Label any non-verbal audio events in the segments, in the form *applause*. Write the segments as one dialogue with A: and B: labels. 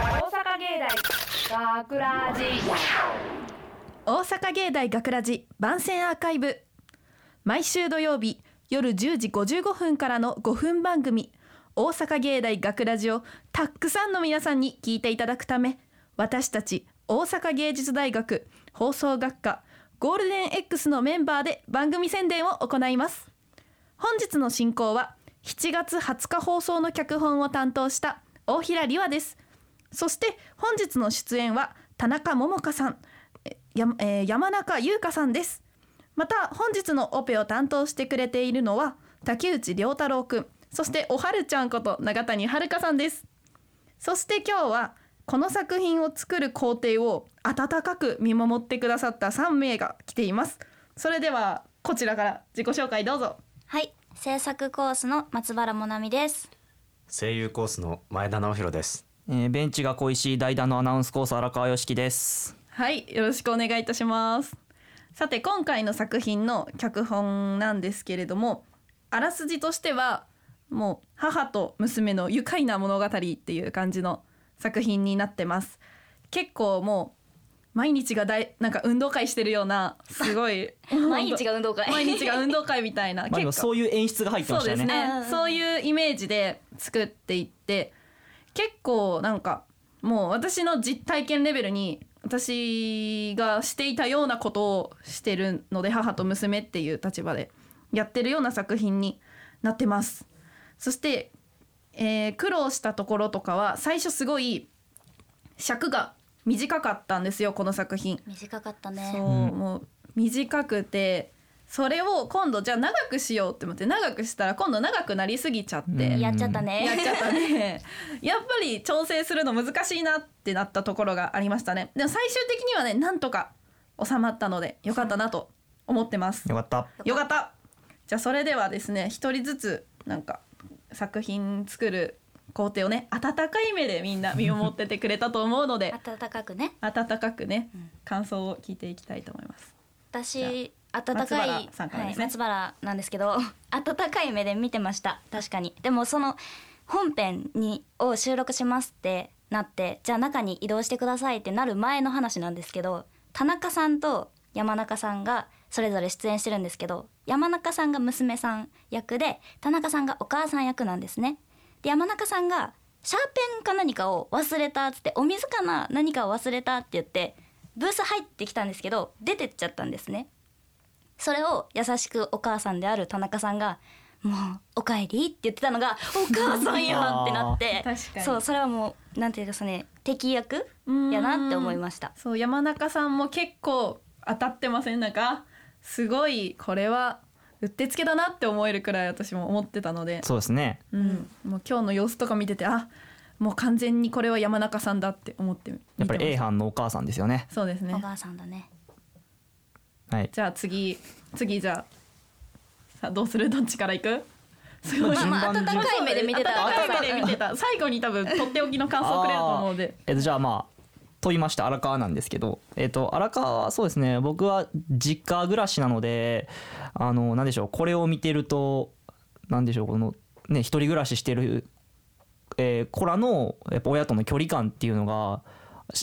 A: 芸大学ラジ
B: 大阪芸大学ラジ番宣アーカイブ毎週土曜日夜10時55分からの5分番組大阪芸大学ラジをたくさんの皆さんに聞いていただくため私たち大阪芸術大学放送学科ゴールデン X のメンバーで番組宣伝を行います本日の進行は7月20日放送の脚本を担当した大平里和ですそして本日の出演は田中桃香さんえや、えー山中優香さんですまた本日のオペを担当してくれているのは竹内涼太郎くんそしておはるちゃんこと永谷遥さんですそして今日はこの作品を作る工程を温かく見守ってくださった3名が来ていますそれではこちらから自己紹介どうぞ
C: はい、制作コースの松原もなみです。
D: 声優コースの前田直弘です
E: えーベンチが恋しい代打のアナウンスコース荒川良樹です。
B: はい、よろしくお願いいたします。さて今回の作品の脚本なんですけれども、あらすじとしてはもう母と娘の愉快な物語っていう感じの作品になってます。結構もう毎日がだいなんか運動会してるようなすごい
C: *laughs* 毎日が運動
B: *laughs* *laughs*
C: 会。
B: 毎日が運動会みたいな
E: *laughs* まあ、でもそういう演出が入ってま
B: そう
E: した
B: です
E: よね。
B: ね
C: うん
B: そういうイメージで作っていって結構なんかもう私の実体験レベルに私がしていたようなことをしてるので母と娘っていう立場でやってるような作品になってます。そして、えー苦労したところとかは最初すごい尺が短かったんですよこの作品。
C: 短かった
B: そう、
C: ね。
B: もう短くてそれを今度じゃあ長くしようって思って長くしたら今度長くなりすぎちゃって、
E: うん
B: や
C: やっちゃったね。
B: っちゃったね *laughs* やっぱり調整するの難しいなってなったところがありましたねでも最終的にはねなんとか収まったのでよかったなと思ってます
E: よかった。
B: よかったじゃあそれではですね一人ずつなんか作品作る工程をね温かい目でみんな見守っててくれたと思うの *laughs* で
C: 暖かくね。
B: 温かくね
C: うん
B: 感想を聞いていきたいと思います
C: 私暖かい
B: 松原さんからですね
C: はい、松原なんですけど *laughs* 暖かい目で見てました確かにでもその本編にを収録しますってなってじゃあ中に移動してくださいってなる前の話なんですけど田中さんと山中さんがそれぞれ出演してるんですけど山中さんが娘さん役で田中さんがお母さん役なんですね。で山中さんがシャーペンか何かを忘れたっつってお水かな何かを忘れたって言ってブース入ってきたんですけど出てっちゃったんですねそれを優しくお母さんである田中さんが「もうおかえり」って言ってたのが「お母さんやん!」ってなって
B: あー *laughs* 確かに
C: そうそれはもうなんていうかそのね敵役
B: うーん
C: やなって思いました
B: そう山中さんも結構当たってませんなんかすごいこれはうってつけだなって思えるくらい私も思ってたので
E: そうですね。
B: うん、もう今日の様子とか見ててあもう完全にこれは山中さんだって思って見て
E: やっぱり A
B: ま
E: 班のお母さんですよね
B: し。たそうです
C: お
B: ね
C: 母さんだね
E: はい。
B: じゃあ次次じゃあさあどうするどっちからいくすごい
E: まあまあ
C: 暖かい目で見てた
B: 温かい目で見てた最後に多分とっておきの感想をくれると思うので
E: えっとじゃあまあ問いました荒川なんですけど、えっと荒川はそうですね。僕は実家暮らしなので、あのなんでしょうこれを見てるとなんでしょうこのね一人暮らししてる、えー子らのやっぱ親との距離感っていうのが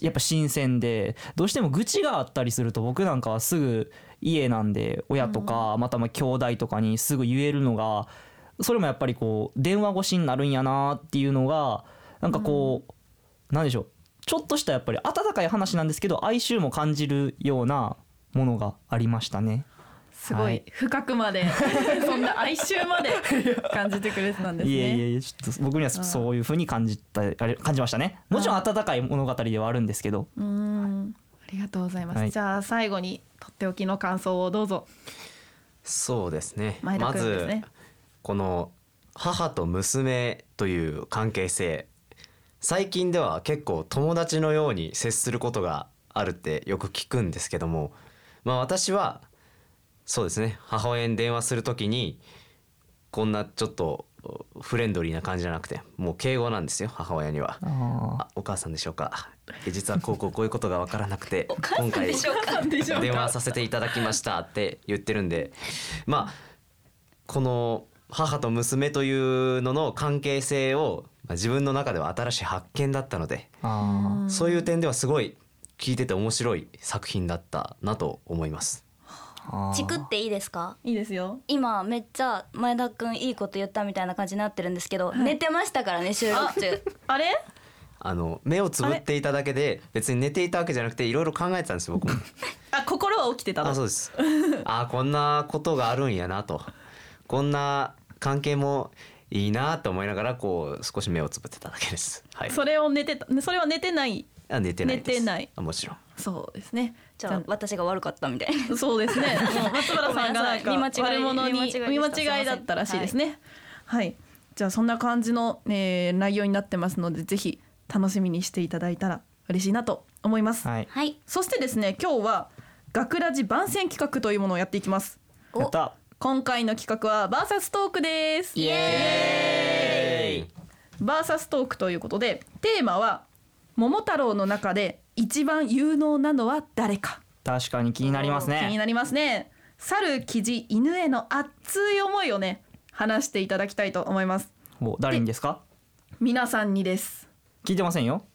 E: やっぱ新鮮でどうしても愚痴があったりすると僕なんかはすぐ家なんで親とか、またまあ兄弟とかにすぐ言えるのがそれもやっぱりこう電話越しになるんやなっていうのがなんかこう、なんでしょうちょっとしたやっぱり温かい話なんですけど哀愁も感じるようなものがありましたね。
B: すご
E: はいい
B: 深く
E: *laughs*
B: まで、そんな哀愁まで感じてくれてたんですね。
E: いえいえいえちょっと僕には
B: あー
E: そういうふうに感じたあれ感じましたねもちろん温かい物語ではあるんですけど
B: うーんありがとうございます。
E: はい
B: じゃあ最後にとっておきの感想をどうぞ
D: そうですね
B: 前田
D: ま
B: 君です
D: ず
B: ね。
D: この母と娘という関係性最近では結構友達のように接することがあるってよく聞くんですけどもまあ私はそうですね母親に電話するときにこんなちょっとフレンドリーな感じじゃなくてもう敬語なんですよ母親には。
E: あ
D: あお母さんでしょうかえ実はこうこうこういうことが分からなくて今回
B: でしょうか
D: 電話させていただきましたって言ってるんでまあこの母と娘というのの関係性をまあ自分の中では新しい発見だったので、
E: あ
D: そういう点ではすごい聞いてて面白い作品だったなと思います。
E: あ
C: チクっていいですか
B: いいですよ
C: 今めっちゃ前田くんいいこと言ったみたいな感じになってるんですけど、寝てましたからね収録中
B: あれ
D: あの目をつぶっていただけで別に寝ていたわけじゃなくていろいろ考えてたんです僕も
B: あ心は起きてた
D: *laughs* あ
B: の
D: そうですあこんなことがあるんやなとこんな関係もいいなと思いながらこう少し目をつぶってただけですはい
B: それを寝てたそれは寝てない
D: あ寝てないです
B: 寝てない
D: あもちろん
B: そうですね
C: じゃあ私が悪かったみたいな
B: そうです
C: *laughs*
B: ね。もう松原さんがなんか
C: ごめんなさい
B: 悪者に
C: 見間違いでした
B: 見間違いだったらしいですね。はい、じゃあそんな感じの、えー、内容になってますのでぜひ楽しみにしていただいたら嬉しいなと思います。
E: はい
C: はい
B: そしてですね今日は学ラジ番宣企画というものをやっていきます。
C: お
E: やった
B: 今回の企画はバーサストークです。
C: イエ
B: バーサストークということでテーマは桃太郎の中で一番有能なのは誰か。
E: 確かに気になります
B: 気に
E: ね
B: なりますね猿キジ犬への熱い思いをね話していただきたいと思います
E: お誰にですか
B: 皆さんに
E: *laughs*
B: です
E: 聞いてませんよ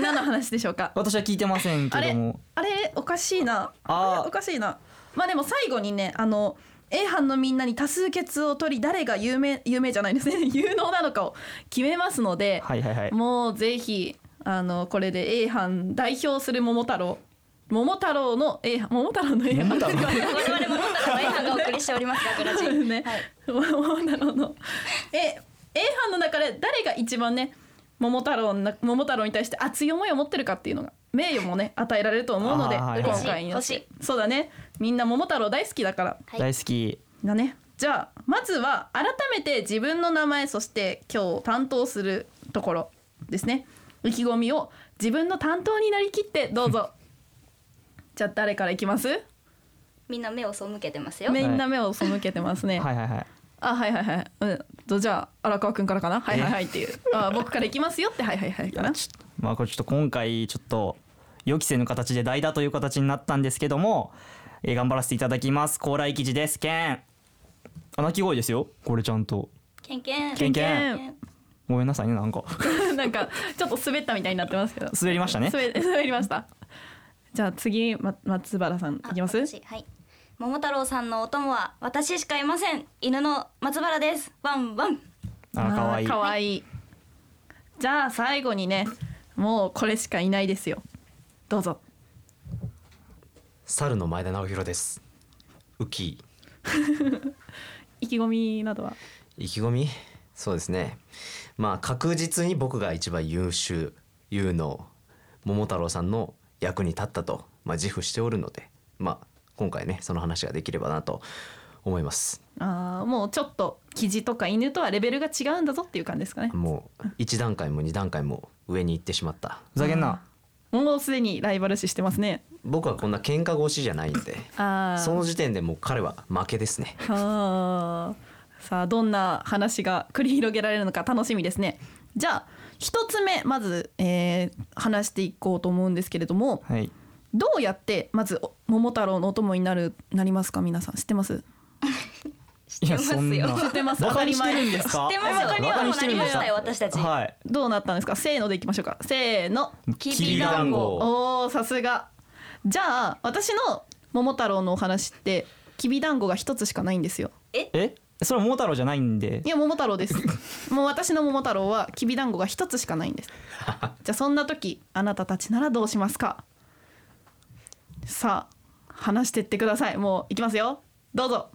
B: 何の話でしょうか
E: 私は聞いてません
B: あ
E: けど
B: れ
E: も
B: あれおかしいな
E: あー
B: あれおかしいなまあでも最後にねあの A 班のみんなに多数決を取り誰が有名有名じゃないですね *laughs* 有能なのかを決めますので、
E: はいはいはい
B: もうぜひあのこれで A 班代表する桃太郎桃太郎の A 班桃太郎の A 班
E: 桃太郎
C: 我々も桃太郎の絵派がお送りしておりますガクラジ
B: *laughs* ね
C: はい、
B: 桃太郎のえ A 班の中で誰が一番ね桃太郎な桃太郎に対して熱い思いを持ってるかっていうのが名誉もね与えられると思うので、
E: あーはい
B: 今回になっ
C: 嬉しい
B: てそうだねみんな桃太郎大好きだから
C: はい
E: 大好き
B: だねじゃあまずは改めて自分の名前そして今日担当するところですね意気込みを自分の担当になりきってどう *laughs* ぞじゃあ誰からいきます
C: みんな目を背けてますよ
B: みんな目を背けてますね、
E: はいはいはい
B: あはいはいはい、うんと、じゃあ荒川くんからかなはいはいはいっていうあ僕から行きますよってはいはいはいかな
E: ちょっとまあこれちょっと今回ちょっと予期せぬ形で代打という形になったんですけども、えー頑張らせていただきます高麗記事ですけんあ泣き声ですよこれちゃんと
C: ケンケン
E: ケンケン
C: ケンケン
E: ごめんなさいねなんか *laughs*
B: *laughs* なんかちょっと滑ったみたいになってますけど
E: 滑りましたね
B: 滑滑りましたじゃあ次、ま、松原さんい
C: あ
B: きます
C: 私はい桃太郎さんのお供は私しかいません犬の松原ですワンワン
E: あー可愛い
B: かわいいじゃあ最後にねもうこれしかいないですよどうぞ
D: 猿の前田直弘ですウキ
B: 意気込みなどは
D: 意気込みそうですねまあ確実に僕が一番優秀有能桃太郎さんの役に立ったと、まあ、自負しておるので、まあ、今回ねその話ができればなと思います
B: あーもうちょっとキジとか犬とはレベルが違うんだぞっていう感じですかね
D: もう1段階も2段階も上に行ってしまった
E: ふざけんな
B: もうすでにライバル視してますね
D: 僕はこんな喧嘩腰じゃないんで
B: あー
D: その時点でもう彼は負けですね
B: はあさあどんな話が繰り広げられるのか楽しみですねじゃあ一つ目まず、えー話していこうと思うんですけれども
E: はい
B: どうやってまずお桃太郎のお供になるなりますか皆さん知ってます
E: いや
C: 知って
E: そ
C: ます
E: ん
C: よ
E: な
C: 知
B: ってます
E: バカにしてるんです
C: 知っ
E: か
C: てますよ
E: バカに
C: バカに
E: してるんですか
C: なりましたよ私たち
E: はい
B: どうなったんですかせーのでいきましょうかせーの
C: きびだんご
B: おおーさすがじゃあ私の桃太郎のお話ってきびだんごが一つしかないん *laughs* ですよ
E: えそれは桃太郎じゃないんで
B: いや桃太郎ですもう私の桃太郎はきびだんごが一つしかないん *laughs* ですじゃあそんな時あなたたちならどうしますかさあ話してってくださいもう行きますよどうぞ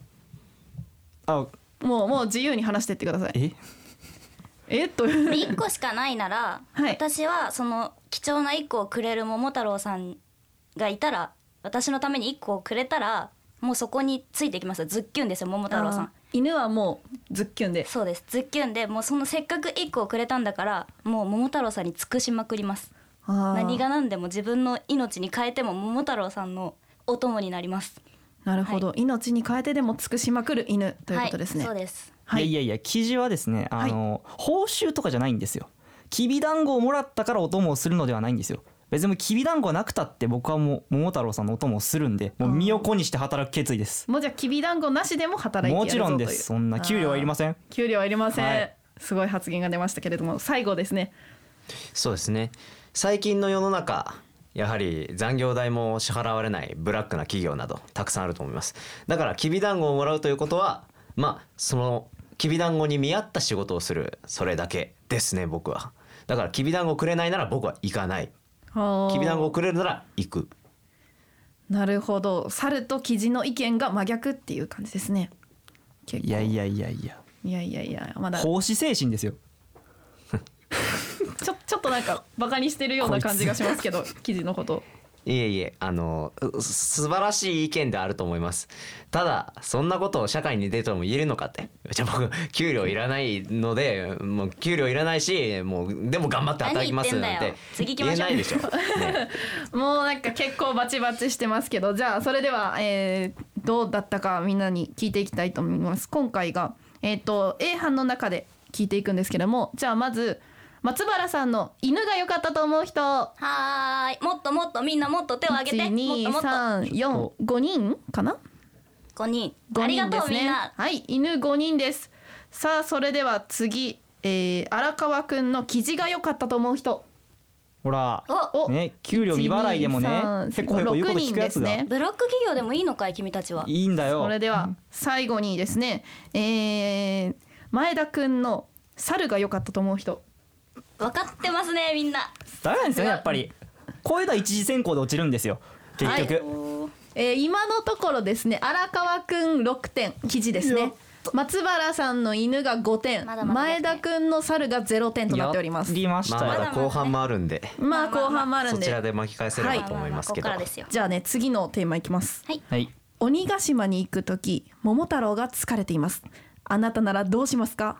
E: あ
B: もうもう自由に話してってください
E: え
B: えっと
C: 1個しかないなら、
B: はい
C: 私はその貴重な1個をくれる桃太郎さんがいたら私のために1個をくれたらもうそこについていきますズッキュンですよ桃太郎さん
B: あー犬はもうズッキュンで
C: そうですズッキュンでもうそのせっかく1個をくれたんだからもう桃太郎さんに尽くしまくります何
B: 何
C: が何でも自分の命に変えても桃太郎さんのお供になります
B: なるほど、命に変えてでも尽くしまくる犬ということですね
C: はい、そうです
B: はい
E: いやいやいや記事はですねあの、報酬とかじゃないんですよきびだんごをもらったからお供をするのではないんですよ別にきびだんごはなくたって僕はもう桃太郎さんのお供をするんでもう身を粉にして働く決意です
B: もうじゃあきびだんごなしでも働いて
E: も
B: やる
E: ち
B: ぞ
E: ろん
B: という
E: ですそんな給料はいりません
B: 給料はいりません、
E: はい
B: すごい発言が出ましたけれども最後ですね
D: そうですね最近の世の中やはり残業代も支払われないブラックな企業などたくさんあると思いますだからきびだんごをもらうということはまあそのきびだんごに見合った仕事をするそれだけですね僕はだからきびだんごくれないなら僕は行かないきびだんごくれるなら行く
B: なるほど猿とキジの意見が真逆っていう感じですね結構
E: いやいやいやいや
B: いやいやいやまだちょ
E: 奉仕精神ですよ
B: ちょっとなんかバカにしてるような感じがしますけど記事のこと
D: いえいえあのう素晴らしい意見であると思いますただそんなことを社会に出ても言えるのかってじゃあ僕給料いらないのでもう給料いらないしもうでも頑張って働きますな
C: 何言って
D: んて
C: んだよ次行き
D: 言
C: ま
D: え
C: しょう
D: ないでしょ、ね、
B: もうなんか結構バチバチしてますけどじゃあそれでは、えーどうだったかみんなに聞いていきたいと思います今回が、えー、と A 班の中で聞いていくんですけどもじゃあまず松原さんの犬が良かったと思う人
C: はーいもっともっとみんなもっと手を挙げてもっともっと
B: 12345人かな
C: 5人
B: 五
C: あり
B: 人
C: が
B: で
C: と
B: す
C: うみんな
B: はい犬五人ですさあそれでは次、えー、荒川くんの記事が良かったと思う人
E: ほら
C: お
B: お
E: ね給料未払いでもね
B: 1 2 3
E: 結構結構言うこと聞く
B: 六人で
E: やつ
B: す
E: が
B: ね
C: ブラック企業でもいいのかい君たちはい
E: いんだよ
B: それでは最後にですね、えー、前田くんの猿が良かったと思う人
C: 分かってますねみんな
E: ダメなんですよねやっぱり声が一時選考で落ちるんですよ結局、
B: えー、今のところですね荒川くん6点記事です
E: やっ
B: ね松原さんの犬が5点
C: まだまだで
B: 前
C: すね
B: 田くんの猿が0点となっております
E: やりまし
D: ま
E: た
D: あ
E: よ、
D: まだ後半もあるんで
B: まあ後半もあるん
D: そ
B: で
D: ちらで巻き返せればと思いますけど、
C: まあまあまあここからですよ
B: じゃあね次のテーマいきます
E: はい
B: 鬼ヶ島に行くとき桃太郎が疲れていますあなたならどうしますか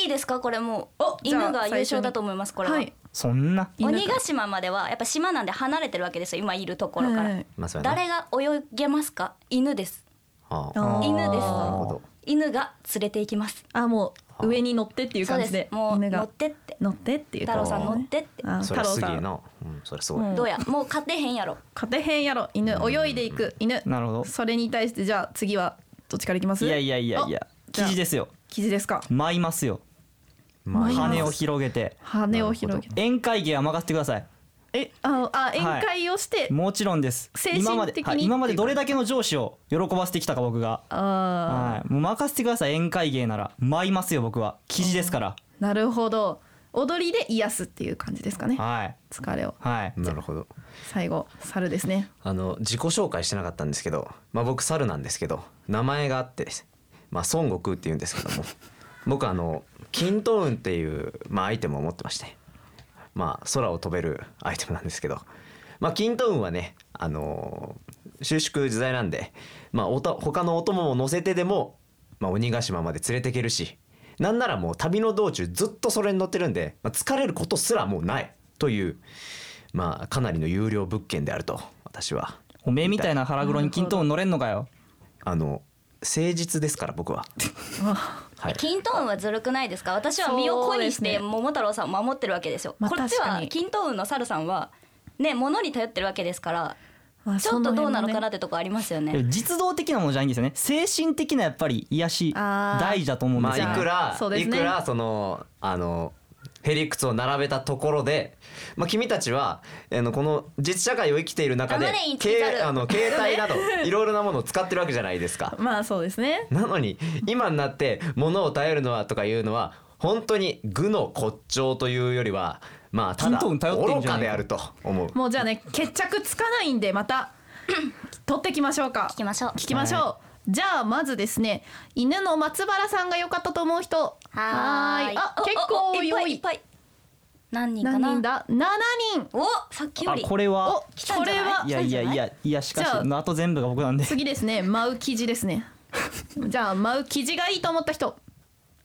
C: いいですかこれもう
B: おじゃあ
C: 犬が優勝だと思いますこれは、
B: はい
E: そんな
B: 犬が
C: 鬼ヶ島まではやっぱ島なんで離れてるわけですよ今いるところから、
B: はい
D: まあそうやな
C: 誰が泳げますか犬です
D: ああ
B: あー
C: 犬です
D: なるほ
E: あ
D: ど
C: 犬が連れて行きます
B: あもう上に乗ってっていう
C: そ
B: 感
C: うで
B: じ
C: す
B: で
C: もう
B: 犬
C: 乗
B: が
C: ってって
B: 乗ってっていう
C: 太郎さん乗
B: 感
C: っ
B: じで
C: てって
B: あ太
D: それ
B: 郎
D: す
B: さ
D: げえ
B: ん
D: な、うん、それすごい、
B: うん
C: どうやもう勝てへんやろ
B: 勝てへんやろ犬泳いでいく犬
E: なるほど
B: それに対してじゃあ次はどっちからいきます
E: いやいやいやいや
B: おじ
E: 記
B: ゃあ
E: 事ですよ
B: 記事ですか
E: 舞いますよ
D: まあ
B: 舞います
E: 羽を広げて
B: 羽を広げて
E: 宴会芸は任せてください
B: えああ宴会をして、
E: もちろんです
B: 精神
E: 今まで
B: 的に
E: はい今ま
B: っ
E: で
B: ていうか
E: どれだけの上司を喜ばせてきたか僕が
B: ああ
E: はい、もう任せてください宴会芸なら舞いますよ僕は記事ですから
B: なるほど踊りで癒すっていう感じですかね
E: はい
B: 疲れを
E: はい
D: なるほど
B: 最後猿です
E: *laughs*
B: ね
D: あの自己紹介してなかったんですけど、まあ、僕猿なんですけど名前があってです、まあ、孫悟空っていうんですけども *laughs* 僕あの筋斗雲っていう、まあ、アイテムを持ってまして、まあ、空を飛べるアイテムなんですけど、まあ、筋斗雲はね、あの収縮自在なんで、まあ、おた他のお供を乗せてでも、まあ、鬼ヶ島まで連れてけるしなんならもう旅の道中ずっとそれに乗ってるんで、まあ、疲れることすらもうないという、まあ、かなりの有料物件であると私は
E: おめえみたいな腹黒に均等に乗れんのかよ
D: あの誠実ですから僕は。
B: *laughs*
D: はい、
C: キントーンはずるくないですか私は身を粉にし
B: そうで
C: て
B: すね
C: 桃太郎さんを守ってるわけですよ、
B: まあ
C: こっち
B: 確か
C: は
B: に
C: キントーンの猿さんはね物に頼ってるわけですから
B: まあ
C: ちょっとどうなのかな
B: そ
C: ってとこありますよね
E: でも実動的なものじゃないんですよね精神的なやっぱり癒し
B: あー
E: 大事だと思うんで
D: まあ
E: す
D: い
E: よ、ね
D: くら、
B: そうです
D: い
B: ね
D: くらそのあのヘリクツを並べたところで、まあ、君たちはあのこの実社会を生きている中で
C: 黙れインチキ
D: け
C: 猿
D: あ
B: *laughs*
D: の携帯などいろいろなものを使ってるわけじゃないですか
B: 辺。まあそうですね
D: なのに今になって物を頼るのはとかいうのは本当に愚の骨頂というよりはまあただ
E: 均等に頼ってん
D: 愚
E: じゃ
D: か
E: ないか
D: であると思う。
B: もうじゃあね決着つかないんでま
C: *laughs*
B: た取ってきましょうか
C: 聞きましょう
B: 聞きましょう、じゃあまずですね犬の松原さんが良かったと思う人ーいあ
C: お
B: 結構
C: おお
B: 多い
C: いっぱいいっぱい何人か
B: 何
C: な
B: 人だ7人
C: おさっきよ
E: あ
C: り
E: これ
B: お
E: は
C: 来たん
B: こ
C: じゃ
B: れ
C: ない
B: はい
E: やいやいやいやしかし
B: じゃあ
E: あと全部が僕なんで
B: 次ですね舞う生地です
C: *laughs*
B: ねじゃあ舞う生地がいいと思った人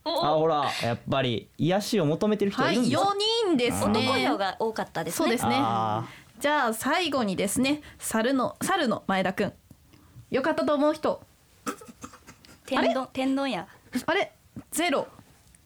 E: あほらやっぱり癒しを求めてる人
B: は
E: はい
B: い
E: るんです
B: 4
E: よ、
B: 人ですね
C: 男票が多かったです
B: そう
C: ね
B: ですね
E: あ
B: じゃあ最後にですね猿の猿の前田くん良かったと思う人
C: 天丼天丼や
B: あれゼロ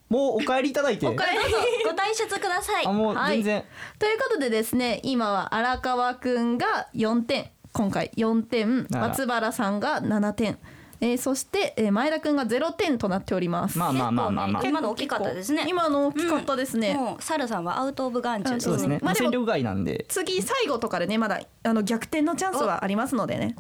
E: もうお帰りいただいて
B: おかえり
C: どうぞご退出ください
E: あもう
B: はい
E: 全然、
B: *laughs* ということでですね今は荒川くんが4点今回4点
E: あら
B: 松原さんが7点えーそして、えー前田くんがゼロ点となっております。
E: まあまあまあまあまあ
C: 結構ね今の大きかったですね
B: 結構今の大きかったですね。
C: もうサルさんはアウトオブ眼中です
E: そうですね、
B: まあ
E: まあ、
B: でも
E: 戦力外なんで
B: 次最後とかでねまだあの逆転のチャンスはありますのでね。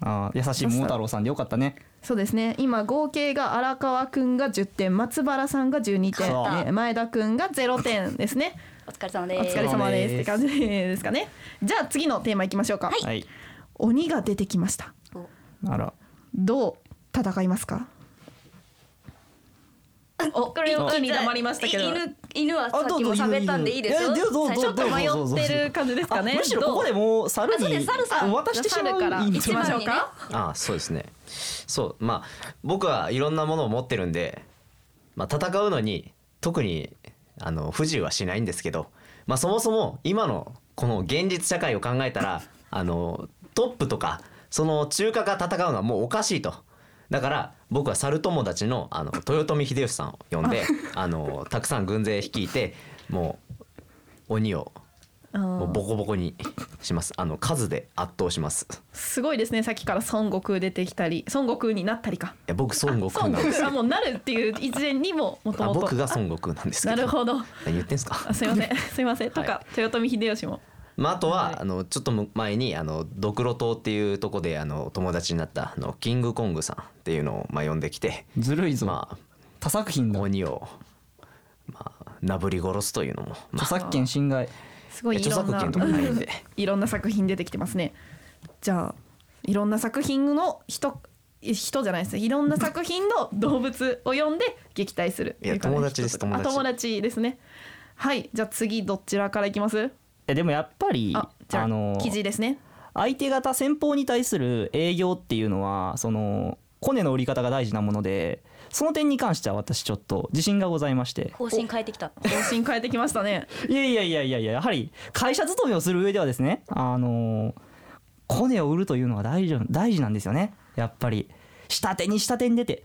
E: あー優しい桃太郎さんでよかったね
B: そうですね今合計が荒川くんが10点松原さんが12
E: は
B: 点、
E: い
B: ね、前田くんが0点ですね
C: お疲れ様
B: お
C: です
B: 疲れ様ですって
E: お疲
B: 感
E: れ
B: じですかねじゃあ次のテーマいきましょうか、
C: はい
E: はい
B: 鬼が出てきました
C: お
E: あら
B: どう戦いますかお
C: これ
B: 一気に黙りましたけど
C: い犬犬はさ
E: あど
C: っ
E: う
C: き
E: ぞ
C: も喋ったんでいいですよ
E: いやいやどうぞ
C: 最初
B: ちょっと
E: どうぞ
B: 迷ってる感じですかね
E: あむしろここでもう猿
C: あそうで
E: に
C: す猿さん
E: 渡してしまう
B: 猿から
E: いいん
B: 行
E: です
B: き
E: よ
B: ましょう
C: 一番にね
B: か
D: *laughs* ああそうですねそうまあ僕はいろんなものを持ってるんで、まあ、戦うのに特にあの不自由はしないんですけど、まあ、そもそも今のこの現実社会を考えたら *laughs* あのトップとかその中華が戦うのはもうおかしいと。だから僕は猿友達のあの豊臣秀吉さんを呼んであのたくさん軍勢率いてもう鬼を
B: あー
D: もうボコボコにしますあの数で圧倒します
B: すごいですねさっきから孫悟空出てきたり孫悟空になったりか
D: いや僕孫悟空
B: 孫
D: なん
B: 悟
D: です
B: 空は
D: よ
B: もうなるっていう以前にももと
D: あ
B: もと
D: 僕が孫悟空なんですけ
B: な
D: ど
B: るほど
D: 何言ってんすか
B: *laughs* あすいませんすいませんとか、
D: は
B: 豊臣秀吉も
D: まあ、あとは、
B: はい
D: あのちょっと前にあのドクロ島っていうとこであの友達になったあのキングコングさんっていうのを、まあ、呼んできて
E: ずるいぞ、
D: ま
E: 他作品
D: あ
E: だ
D: 鬼を、まあ、なぶり殺すというのも、ま
E: 著
D: あ、
E: 作権侵害
B: すごいい
D: 著
B: ろん
D: 作
B: な
D: 権とかないんで
B: *laughs* いろんな作品出てきてますねじゃあいろんな作品の人人じゃないですいろんな作品の動物を呼んで撃退する
D: いや
B: ってう感じ
D: 友達です
B: 人と
D: 友達
B: あ友達ですねはいじゃあ次どちらからいきます
E: えでもやっぱり
B: あ
E: あ
B: じゃあ、
E: の
B: 記事ですね
E: 相手方先方に対する営業っていうのはそのコネの売り方が大事なものでその点に関しては私ちょっと自信がございまして
C: 方針変えてきた
B: 方針変えてきましたね
E: いやいやいやいやいや *laughs* やはり会社勤めをする上ではですねあのコネを売るというのは大事大事なんですよねやっぱり下手に下手に出て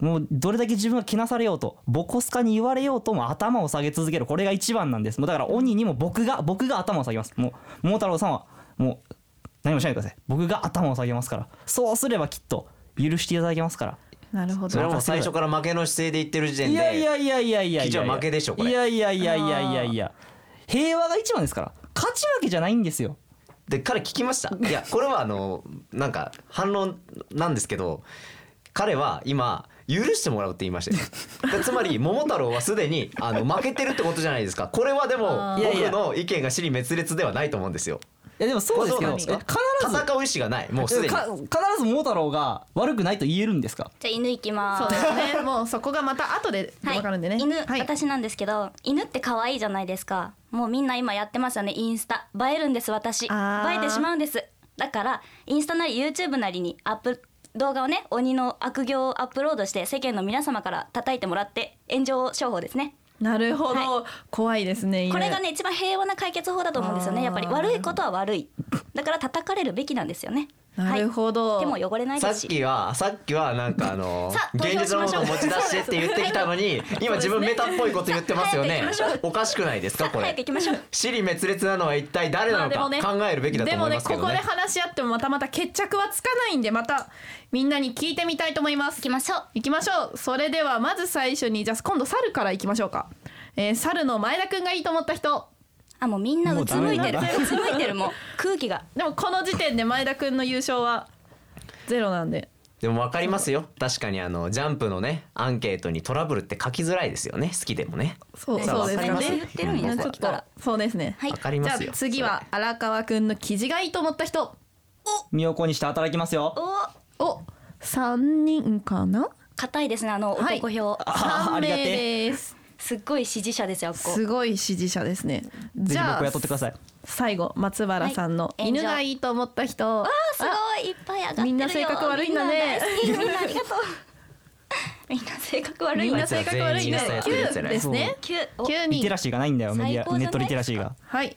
E: もうどれだけ自分がけなされようとボコスカに言われようとも頭を下げ続けるこれが一番なんですもうだから鬼にも僕が僕が頭を下げますもう桃太郎さんはもう何もしないでください僕が頭を下げますからそうすればきっと許していただけますから
B: なるほ
D: それ
B: ど
D: はもう最初から負けの姿勢で言ってる時点で
E: いやいやいやいやいやいや
D: 記事は負けでしょこれ
E: いやいやいやいやいやいや平和が一番ですから勝ち負けじゃないんですよ
D: で彼聞き
C: *laughs*
D: ましたいやこれはあのなんか反論なんですけど彼は今許してもらうって言いましたよでつまり桃太郎はすでにあの負けてるってことじゃないですかこれはでも
E: ーいやい
D: 僕
E: や
D: の意見が死に滅裂ではないと思うんですよ
E: いやでもそうですけど
B: そうなんですか
E: え必ず
D: 戦う意志がないもうすでに
E: か必ず桃太郎が悪くないと言えるんですか
C: じゃあ犬行き
B: そ
C: ま
B: う
C: す
B: ですねもうそこがまた後で
C: はい
B: 分かるんでね、
C: 犬、
B: はい
C: 私なんですけど犬って可愛いじゃないですかもうみんな今やってますよねインスタ映えるんです私映
B: あー
C: えてしまうんですだからインスタなり YouTube なりにアップ動画をね鬼の悪行をアップロードして世間の皆様から叩いてもらって炎上商法ですね
B: なるほど、
C: は
B: 怖いですね犬
C: これがね一番平和な解決法だと思うんですよ
B: あ
C: ね
B: ー
C: やっぱり悪いことは悪いだから叩かれるべきなんですよね
B: なるほど、
C: はい、手も汚れない
D: さ
C: で
D: っ
C: すし
D: きはさっきはなんかあの
C: さあ投票
D: 現
C: し
D: 実の
C: ま
D: も
C: しょ
D: の
C: う
D: を持ち出してって言ってきたのに今自分メタっぽいこと言ってますよ
C: 早
D: ね
C: く行きましょう
D: おかしくないですか
C: 早
D: こ
C: く行
D: れ
C: きましょう
D: 死に滅裂なのは一体誰
B: ま
D: な
B: あ
D: の
B: で
D: か
B: もね
D: 考えるべきだと思いますけ
B: でも
D: ど
B: ね
D: ね
B: ここで話し合ってもまたまた決着はつかないんでまたみんなに聞いてみたいと思います
C: 行きましょう
B: 行きましょうそれではまず最初にじゃあ今度猿から行きましょうか、えー、猿の前田くんがいいと思った人
C: あもうみんなうつむいてる
E: もうダメだ
C: うつむいてるもう空気が
B: でもこの時点で前田くんの優勝はゼロなんで
D: でも分かりますよ確かにあのジャンプのねアンケートにトラブルって書きづらいですよね好きでもね
B: そう
C: ね
B: そうです
C: わかります言
B: ね
C: ってるんや
B: うんちょっとそうですね
C: はい
D: 分かりま
B: じゃ
D: すよ
B: あ次は荒川くんの記事がいいと思った人
E: 身を粉にして働きますよ
C: お
B: お三人かな
C: 硬いですねあの
B: はい
C: 男票、
E: あー
B: 三
E: ありが
B: 名
E: てえ
B: です
C: すっごい支持者ですよあっこ
B: すごい支持者ですね
E: ぜ
B: じ
E: ひ
B: ゃ
E: 僕
B: あ
E: 雇ってください
B: 最後松原さんの
C: はい
B: 犬がいいと思った人、
C: あすごいいっぱい上がってるよ
B: みんな性格悪いんだね
C: みんな大好きみんなありがとうみんな性格悪
B: み
C: い
B: ん
C: わ
B: な性格悪いね
D: あいつら全員インスタやってるやつ
B: 九
D: やね
B: ですね
C: 九お
B: 九
E: リテ
B: 人
E: ラシーがないんだよメデ
C: 最高
E: ィ
C: じ
E: アネ
C: ゃない
E: ットリテラシーが
B: はい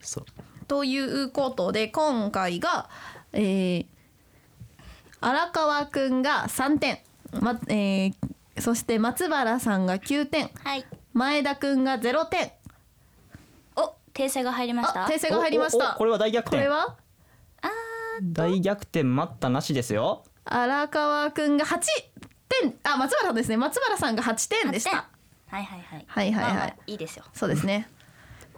D: そう
B: ということで今回が、えー、荒川くんが3点、まえー、そして松原さんが9点
C: はい
B: 前田くんが0点
C: お訂正が入りました
B: あ訂正が入りまし
E: おお
B: た
E: おこれは大逆
B: これ
E: 転
B: は
E: 大逆転待ったなしですよ
B: 荒川くんが8点あ松原さんですね松原さんが8点でし
C: 八
B: た
C: 点はいはいはい
B: はいはいはい
C: まあまあいいですよ
B: そうですね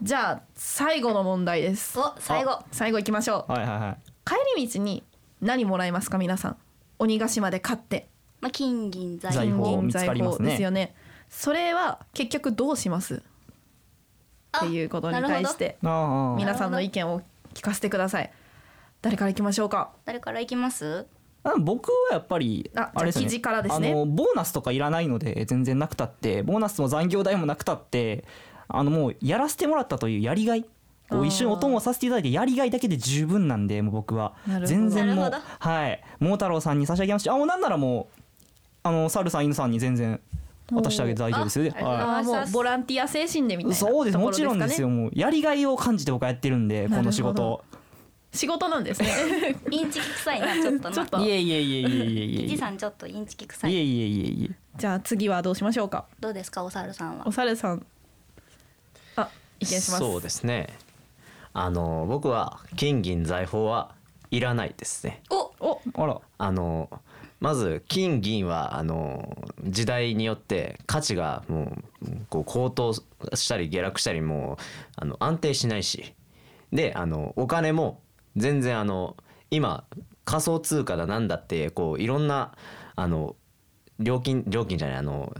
B: じゃあ最後の問題です
C: お最後
B: 最後いきましょう
E: はいはいはい
B: 帰り道に何もらえますか皆さん鬼ヶ島で買って
C: まあ金銀財
E: 財
C: 宝
E: 宝見つかり
B: 財
E: ますね
B: 宝ですよねそれは結局どうしますっ
C: あ
B: ていうことに
C: なるほ
B: 対
C: ど
B: して
E: ああああ
B: 皆さんの意見を聞かせてください誰からいきましょうか
C: 誰からいきます
E: あ僕はやっぱり
B: あ
E: あれですね
B: じゃあ記事からですね
E: あのボーナスとかいらないので全然なくたってボーナスも残業代もなくたってあのもうやらせてもらったというやりがいこ
B: あー
E: う一緒にお供をさせていただいてやりがいだけで十分なんでもう僕は
B: なるほど
E: 全然も
C: な
E: う
C: るほ
E: はい桃太郎さんに差し上げましたあもうなんならもうあの猿さん犬さんに全然渡してあげて大丈夫ですよ
C: おーあ
E: はい
C: あ
B: あーもうボランティア精神でみたいな
E: そうです
B: とこ
E: も
B: ろ
E: ちろんですよ
B: かね
E: もうやりがいを感じて僕はやってるんでこの仕
B: なる
E: 事
B: 仕事なんですね
C: インチキ臭いなちょっ
B: *laughs*
C: と
B: ちょ
C: な
B: っと
E: いえいえいえいえいえいえ
C: キ
E: いえ
C: ジ
E: い
C: さんちょっとインチキ臭
E: え
C: い
E: いえいえいえ
B: じゃあ次はどうしましょうか
C: どうですかお猿さんは
B: お猿さんあ意見します
D: そうですねあの僕は金銀財宝はいらないですね
C: お
B: お
E: あら
D: あのまず金銀はあの時代によって価値がもうこう高騰したり下落したりもうあの安定しないしであのお金も全然あの今仮想通貨だなんだってこういろんなあの料金料金じゃないあの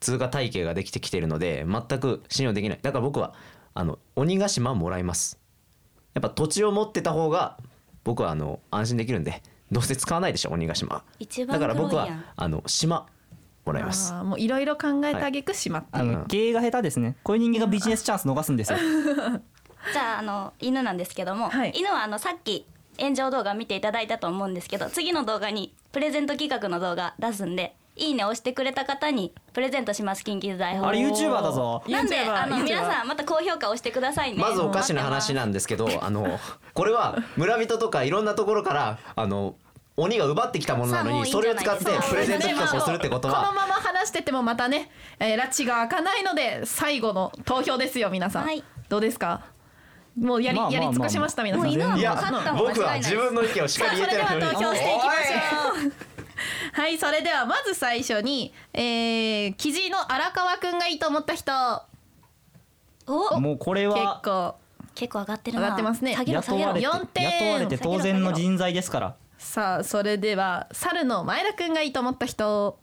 D: 通貨体系ができてきてるので全く信用できないだから僕はあの鬼ヶ島もらいますやっぱ土地を持ってた方が僕はあの安心できるんでどうせ使わないでしょ鬼ヶ島
C: 一番
D: だから
C: 黒い
D: 僕
C: や
D: は
C: ん
D: あの島もらいます
B: あーもういろいろ考えてあげくしまって
E: あ
B: いう
E: の経営が下手ですねこういう人間がビジネスチャンス逃すんですよ
C: じゃああの犬なんですけども、
B: はい
C: 犬はあのさっき炎上動画見ていただいたと思うんですけど次の動画にプレゼント企画の動画出すんで「いいね」押してくれた方にプレゼントします緊急財宝
E: あれ YouTuber だぞ
C: なんで
B: YouTuber
C: あの
B: YouTuber
C: 皆さんまた高評価押してくださいね
D: まずお菓子の話なんですけど、あのこれは村人とかいろんなところからあの鬼が奪ってきたものな
C: さ
D: の
C: あもうい
D: に
C: いん
D: そ
C: じゃ
D: れを
C: ない
D: 使って
C: そう
D: プレゼント企画をするってこ
B: こ
D: と
B: の
D: は
B: まま話しててもまたね、えー、拉致が開かないので最後の投票ですよ皆さん、
C: はい
B: どうですかもうやり
E: まあまあ
B: やり尽くしました皆さん
C: もう犬はも
D: いうや
C: 勝ったの間違い
D: 僕は
C: ないです
D: 自分の意見をし
B: さ
D: っか
B: あ
D: り
B: それ
D: 言えて
B: で
D: な
B: は
D: いの
B: 投
D: に
B: 票していきましょうはいそれではまず最初に、えー、記事の荒川くんがいいと思った人
C: お
E: もうこれ
B: 結
E: は
B: 構
C: 結構上がってるな
B: 上がってますね
C: 下げろ下
E: 雇
C: げ
E: わ
C: ろ
E: れて
B: よ
E: 雇
B: 4点
E: われて当然の人材ですから
B: さあそれでは猿の前田くんがいいと思った人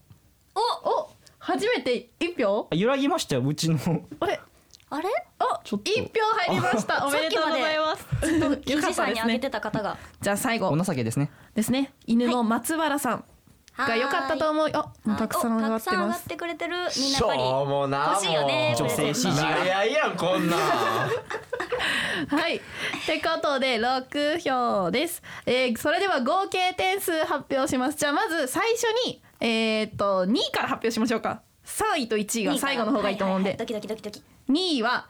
C: お
B: お初めて一票
E: あ揺らぎましたようちの
B: あれ
C: あれ
B: お
E: ちょっと
B: 一票入りましたおめでとうございます
C: 記事さんにあげて
B: ね
C: た方が
B: じゃあ最後
E: お情けですね
B: ですね犬の松原さんが良かったと
C: 思
B: 思うあもうたくさん上がって
C: たくさん上
B: ま
C: がっ
B: す
C: てくれてるみんな
D: し
C: やっぱり
D: ょうもな
C: 欲しいよね
D: もう
E: 女性支
C: *laughs*
E: 持が
D: なれ合いやんこんなん
B: はいってことで六票です、えー、それでは合計点数発表しますじゃあまず最初にえー、っと2位から発表しましょうか3位と1位が最後の方がいいと思うん
C: は
B: で
C: ははドキドキドキドキ
B: 2位は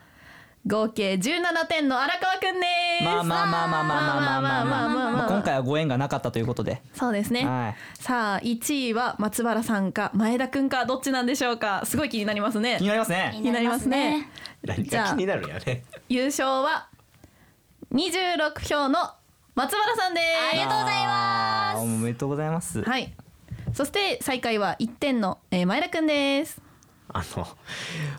B: 合計17点の荒川くんです、
E: まあまあまあまあまあまあまあまあ
B: まあまあまあまあま
E: ま
B: あ
E: あ今回はご縁がなかったということで
B: そうですね、
E: は
B: さあ1位は松原さんか前田くんかどっちなんでしょうかすごい気になりますね
E: 気になります
C: 気
E: ね
C: になります
B: 気になり
C: ね
B: ま
D: 何
B: じゃあ
D: が気になるんやね
B: 優勝は26票の松原さんで
C: ありがとうございます
E: あーおめでとうございます
B: すはいそして最下位は1点のえー前田くんです
D: あの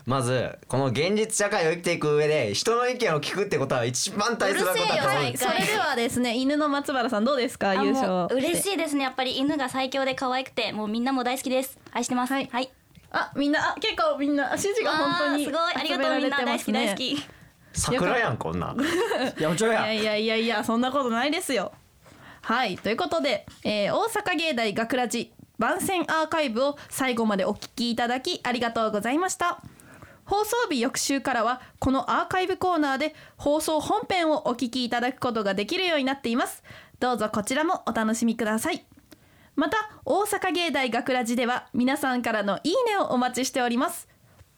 D: まずこの現実社会を生きていく上で人の意見を聞くってことは一番大切なことだと思うん
B: は
D: で
B: い
D: す
B: それではですね犬の松原さんどうですか
C: あ
B: 優勝
C: もう嬉
B: い
C: しいですねやっぱり犬が最強で可愛くてもうみんなも大好きです愛してますはい、はい、
B: あみんなあ結構みんな支持が本当に
C: わーすごいありが
B: 集め
C: とう
B: ら
C: みん
B: れて
C: な大
B: ま
C: 好
B: す
C: き
B: ね
C: 大好き
D: 桜やんこんなん
E: いやおちょ
B: い
E: や
B: やいやいやいやそんなことないですよ。はいということで、えー大阪芸大学ラジ番宣アーカイブを最後までお聞きいただきありがとうございました。放送日翌週からはこのアーカイブコーナーで放送本編をお聞きいただくことができるようになっています。どうぞこちらもお楽しみください。また大阪芸大学ラジでは皆さんからのいいねをお待ちしております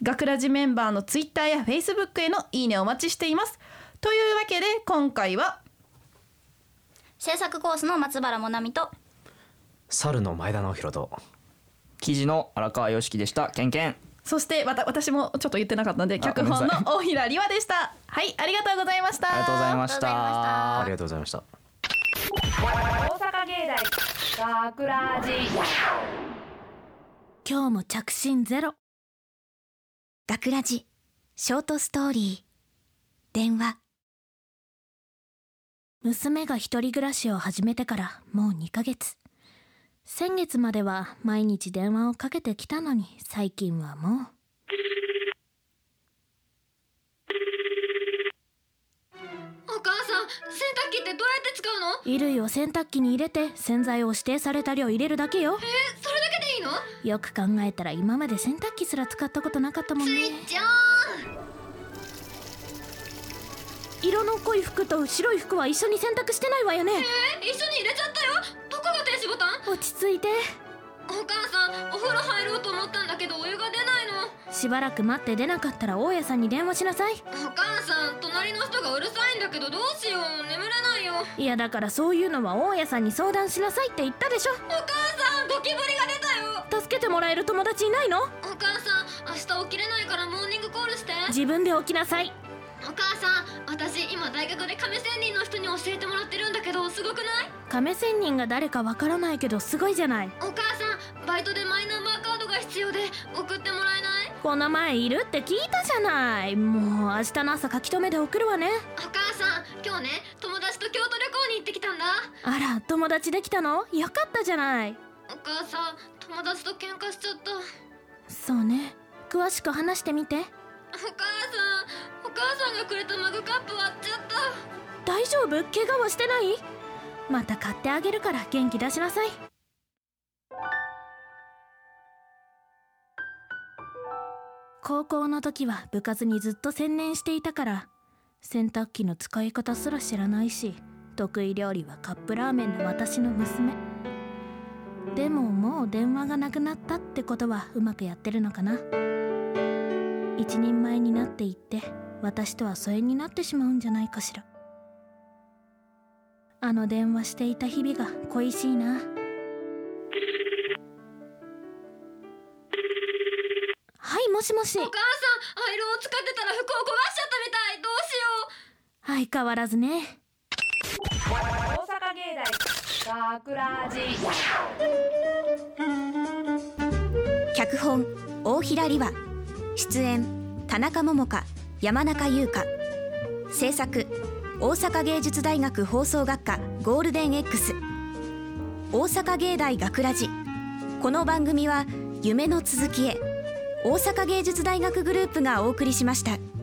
B: 学ラジメンバーのツイッターやフェイスブックへのいいねをお待ちしていますというわけで今回は
C: 制作コースの松原もなみと
D: 猿の前田直弘と
E: 記事の荒川良樹でしたけんけん
B: そしてわた私もちょっと言ってなかったんで
E: あ
B: 脚
E: ごめ
B: 本
E: んなさい
B: の大平里和でしたはいありがとうございました
E: ありがとうございまし
C: ありがとうございました
D: ありがとうございました
A: 大阪芸大ガクラジ
F: 今日も着信ゼロ
C: 学ラジショートストーリー電話
F: 娘が一人暮らしを始めてからもう2ヶ月先月までは毎日電話をかけてきたのに最近はもう
G: お母さん洗濯機ってどうやって使うの
F: 衣類を洗濯機に入れて洗剤を指定された量入れるだけよ
G: えそれだけでいいの
F: よく考えたら今まで洗濯機すら使ったことなかったもんね
G: スイちゃん
F: 色の濃い服と白い服は一緒に洗濯してないわよね
G: え一緒に入れちゃったよどこが停止ボタン
F: 落ち着いて
G: お母さんお風呂入ろうと思ったんだけどお湯が出ないの
F: しばらく待って出なかったら大家さんに電話しなさい
G: お母さん隣の人がうるさいんだけどどうしよう眠れないよ
F: いやだからそういうのは大家さんに相談しなさいって言ったでしょ
G: お母さんゴキブリが出たよ
F: 助けてもらえる友達いないの
G: お母さん明日起きれないからモーニングコールして
F: 自分で起きなさい
G: お母さん私今大学で亀仙人の人に教えてもらってるんだけどすごくない
F: 亀仙人が誰かわからないけどすごいじゃない
G: お母さんバイトでマイナンバーカードが必要で送ってもらえない
F: この前いるって聞いたじゃないもう明日の朝書き留めで送るわね
G: お母さん今日ね友達と京都旅行に行ってきたんだ
F: あら友達できたのよかったじゃない
G: お母さん友達と喧嘩しちゃったお
F: そうね詳しく話してみて
G: 母さんお母さんがくれたマグカップ割っちゃった
F: 大丈夫怪我はしてないまた買ってあげるから元気出しなさい高校の時は部活にずっと専念していたから洗濯機の使い方すら知らないし得意料理はカップラーメンの私の娘でももう電話がなくなったってことはうまくやってるのかな一人前になっていって私とは疎遠になってしまうんじゃないかしらあの電話していた日々が恋しいなはいもしもし
G: お母さんアイロンを使ってたら服を焦がしちゃったみたいどうしよう
F: 相変わらずね
A: 大阪芸大ガクラジ
C: 脚本大平里和出演田中桃香山中優香制作大阪芸術大学放送学科ゴールデン X 大阪芸大学ラジこの番組は夢の続きへ大阪芸術大学グループがお送りしました。